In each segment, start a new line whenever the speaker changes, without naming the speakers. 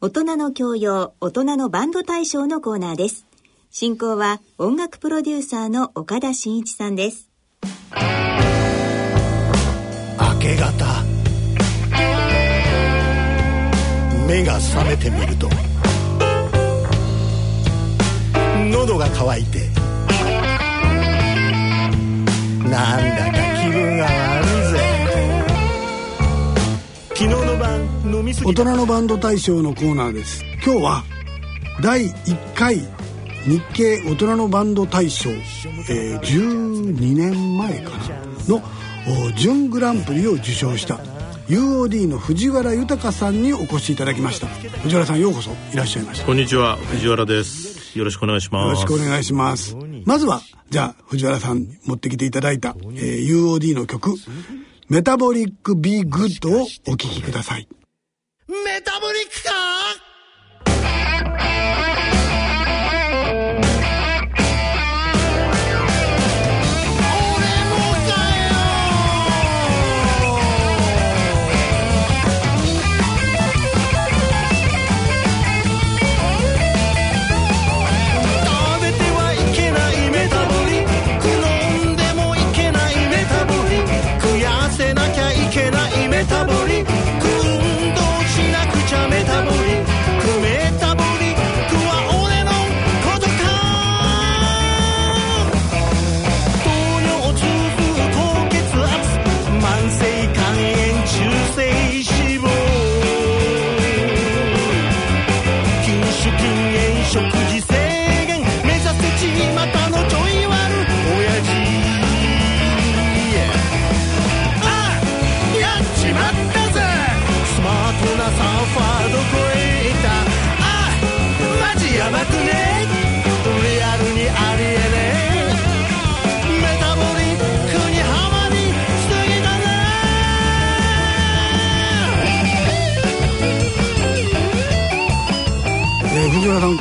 大人の教養、大人のバンド大賞のコーナーです。進行は音楽プロデューサーの岡田真一さんです。
明け方目が覚めてみると喉が渇いてなんだか気分が悪いぜ昨日の晩飲みす
ぎ大人のバンド大賞のコーナーです今日は第1回日経大人のバンド大賞、えー、12年前かなの準グランプリを受賞した UOD の藤原豊さんにお越しいただきました藤原さんようこそいらっしゃいました
こんにちは藤原です、よろしくお願いします、
よろしくお願いしますまずはじゃあ藤原さん持ってきていただいた、えー、UOD の曲「メタボリック・ビー・グッド」をお聴きください
メタボリックか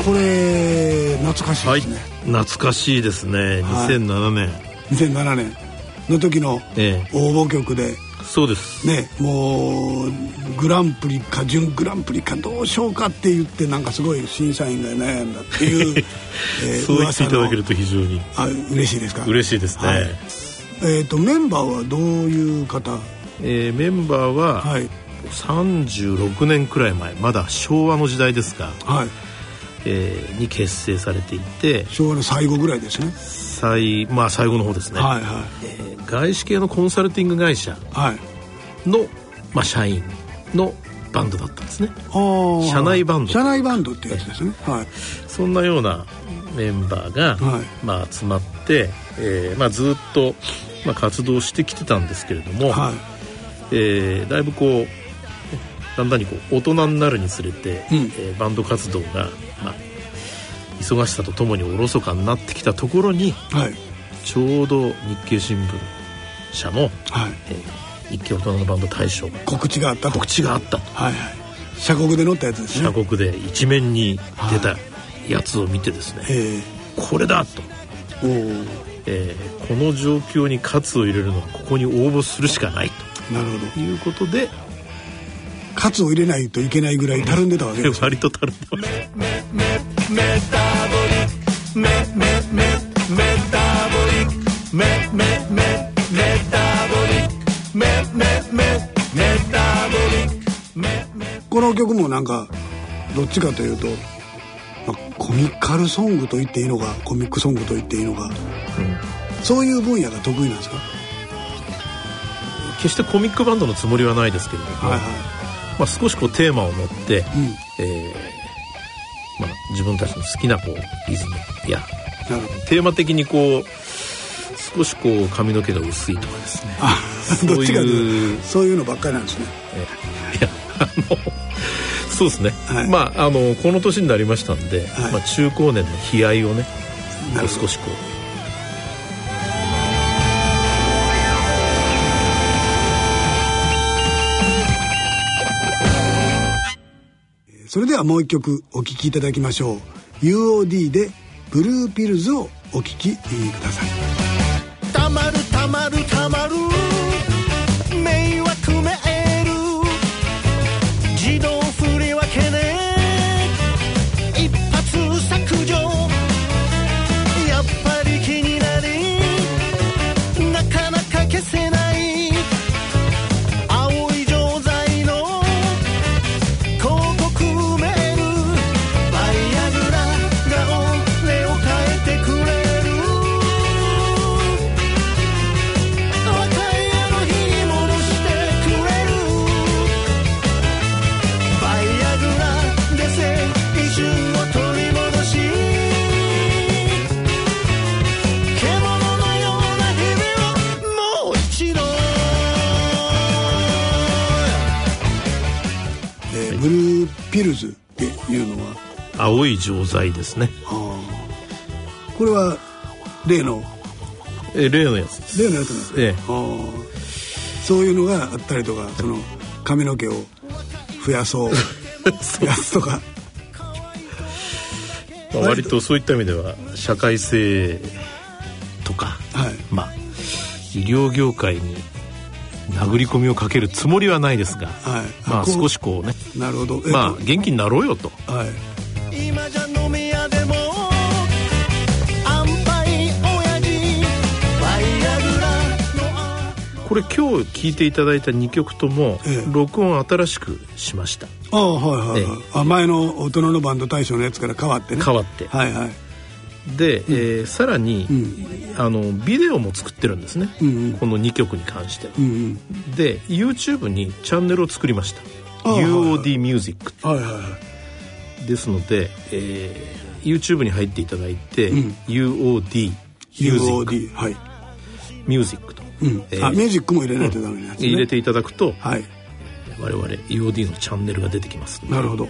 これ懐かしいですね、はい、
懐かしいですね2007年、はい
2007年の時の応募曲で、え
え、そうです
ねもうグランプリか準グランプリかどうしようかって言ってなんかすごい審査員が悩んだっていう、
えー、そう言っていただけると非常に
あ嬉しいですか
嬉しいですね、はい、
えっ、ー、とメンバーはどういう方、
えー、メンバーは、はい、36年くらい前まだ昭和の時代ですが、はい、えー、に結成されていて
昭和の最後ぐらいですね
最,、まあ、最後の方ですね、はいはいえー、外資系のコンサルティング会社の、はい、まあ、社員のバンドだったんですね社内バンド
社内バンドっていうやつですね、はい、
そんなようなメンバーが、はい、まあ、集まって、えーまあ、ずっと、まあ、活動してきてたんですけれども、はい、えー、だいぶこうだんだんにこう大人になるにつれて、うん、えー、バンド活動が、まあ、忙しさとともにおろそかになってきたところに、はい、ちょうど日経新聞社の、はいえー、日経大人のバンド大賞
告知があった
告知があったと、
はいはい、社国で載ったやつですね
社国で一面に出たやつを見てですね、はい、これだとお、えー、この状況に喝を入れるのはここに応募するしかないと
なるほ
どいうことで、
カツを入れないといけないぐらいたるんでたわけです
割とたるんでましたメタボリックメメメメタボリックメメメメタボリックメ
メメメタボリックメメこの曲もなんかどっちかというと、まあ、コミカルソングと言っていいのかコミックソングと言っていいのか、うん、そういう分野が得意なんですか
決してコミックバンドのつもりはないですけれども、はいはいまあ、少しこうテーマを持って、うん、えー、まあ、自分たちの好きなこうリズムやテーマ的にこう少しこう髪の毛が薄いとかですね
あそういうそういうのばっかりなんですね、
えー、いやあのそうですね、はい、まああのこの年になりましたんで、はい、まあ、中高年の悲哀をね少しこう
それではもう一曲お聴きいただきましょう UOD で「ブルーピルズ」をお聴きください
「たまるたまるたまる」「迷惑メール」「自動振り分けね」
ピルズっていうのは
青い錠剤ですね
これは例の
え例のやつです
例のやつなんですね、
ええ
ああそういうのがあったりとかその髪の毛を増やそう 増やすとか
まあ、割とそういった意味では社会性とか、
はい
まあ、医療業界に殴り込みをかけるつもりはないですが、
はい
まあ、
こう
少しこうね、
なるほどえっと
まあ、元気になろうよと
はい
今じゃ飲み屋でも安牌親父バイアグラのあ
これ今日聴いていただいた2曲とも
ええ
録音を新しくしました
ああはいはい、はい
え
あ前の大人のバンド大賞のやつから変わってね
変わって
はいはい
で、えーさらに、あのビデオも作ってるんですね、
んうん
この2曲に関しては
うんうん
で YouTube にチャンネルを作りました
ああ
UOD ミュージック
はいはいはい
ですので、えー YouTube に入っていただいて、
ん
UOD ミュージック
UOD はい、
ミュージックと、
うん
えー
あミュージックも入れないとダメなやつ、ね
入れていただくと、
はい
我々 UOD のチャンネルが出てきます
なるほど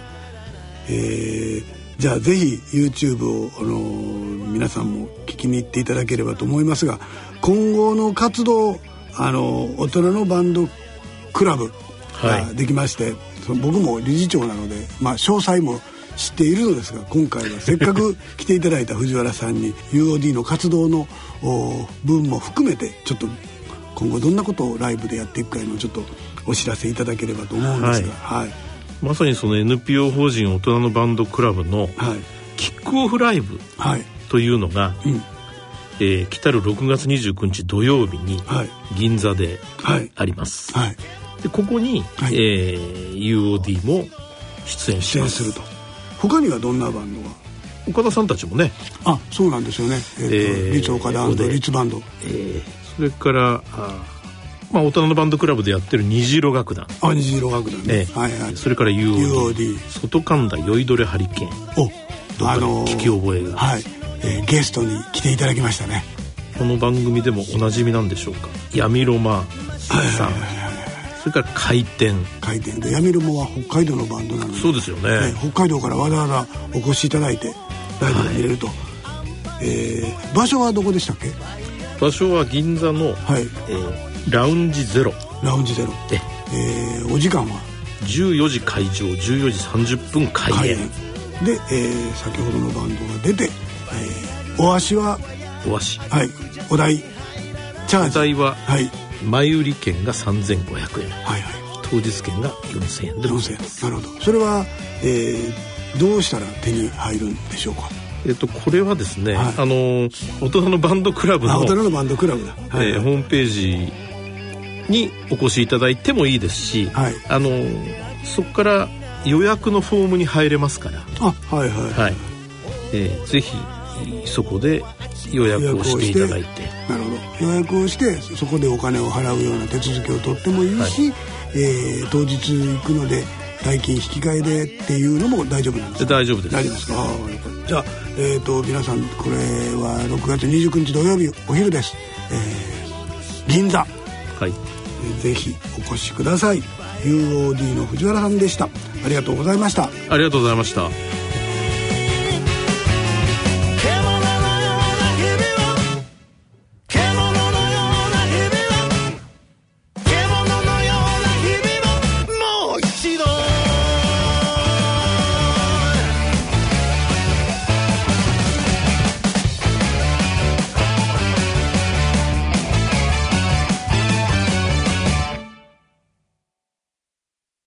えーじゃあぜひ YouTube を、あのー皆さんも聞きに行っていただければと思いますが今後の活動、あのー大人のバンドクラブ
は
が
い
できまして、その僕も理事長なので、まあ、詳細も知っているのですが今回はせっかく来ていただいた藤原さんに UOD の活動のお分も含めてちょっと今後どんなことをライブでやっていくかいうのをちょっとお知らせいただければと思うんですがはい、
まさにその NPO 法人大人のバンドクラブ
は
の
い
キックオフライブ
はい
というのが、
うん
えー来たる6月29日土曜日に
はい
銀座で
はい
あります、
はい
でここに、
はい
えー UOD も出演し
支援
ますす
ると他にはどんなバンドが
岡田さんたちもね
あそうなんですよね、えっと
えー
リッツ岡田
ここで
リッツバンド
それからあー、まあ、大人のバンドクラブでやってる虹色楽団、
あ虹色楽団ね、
ええ
はいはい
それから UOD,
UOD
外神田酔いどれハリケーン
お
どっかに聞き覚えが
はい、えーゲストに来ていただきましたね
この番組でもおなじみなんでしょうか闇ロマさんそれから回転
回転でやめるもは北海道のバンドなので
そうですよね
ね北海道からわざわざお越しいただいてライブが見れると、えー場所はどこでしたっけ
場所は銀座の、
はい
えーラウンジゼロ
ラウンジゼロ
で
えーお時間は
14時会場14時30分開
開
演、
演で、えー先ほどのバンドが出て、えーお足は
おわし
はいお代チャー
お
ジ
代は
はい
前売り券が3500円
はいはい
当日券が4000円で
ど
ご
う
ざ
せ
います
なるほどそれは、えーどうしたら手に入るんでしょうか
えっと、これはですね、
はい
あの大人のバンドクラブ
あ
の
大、人のバンドクラブだはい、
えーホームページにお越しいただいてもいいですし、
はい
あのそこから予約のフォームに入れますから、
あはいはい、
はいえーぜひそこで予約をしていただいて
なるほど予約をしてそこでお金を払うような手続きを取ってもいいし、えー当日行くので代金引き換えでっていうのも大丈夫なんです
で
か
大丈夫です
大丈夫ですかあーよかったじゃあ、えー、と皆さんこれは6月29日土曜日お昼です、えー銀座
はい、
ぜひお越しください UOD の藤原さんでしたありがとうございました
ありがとうございました
「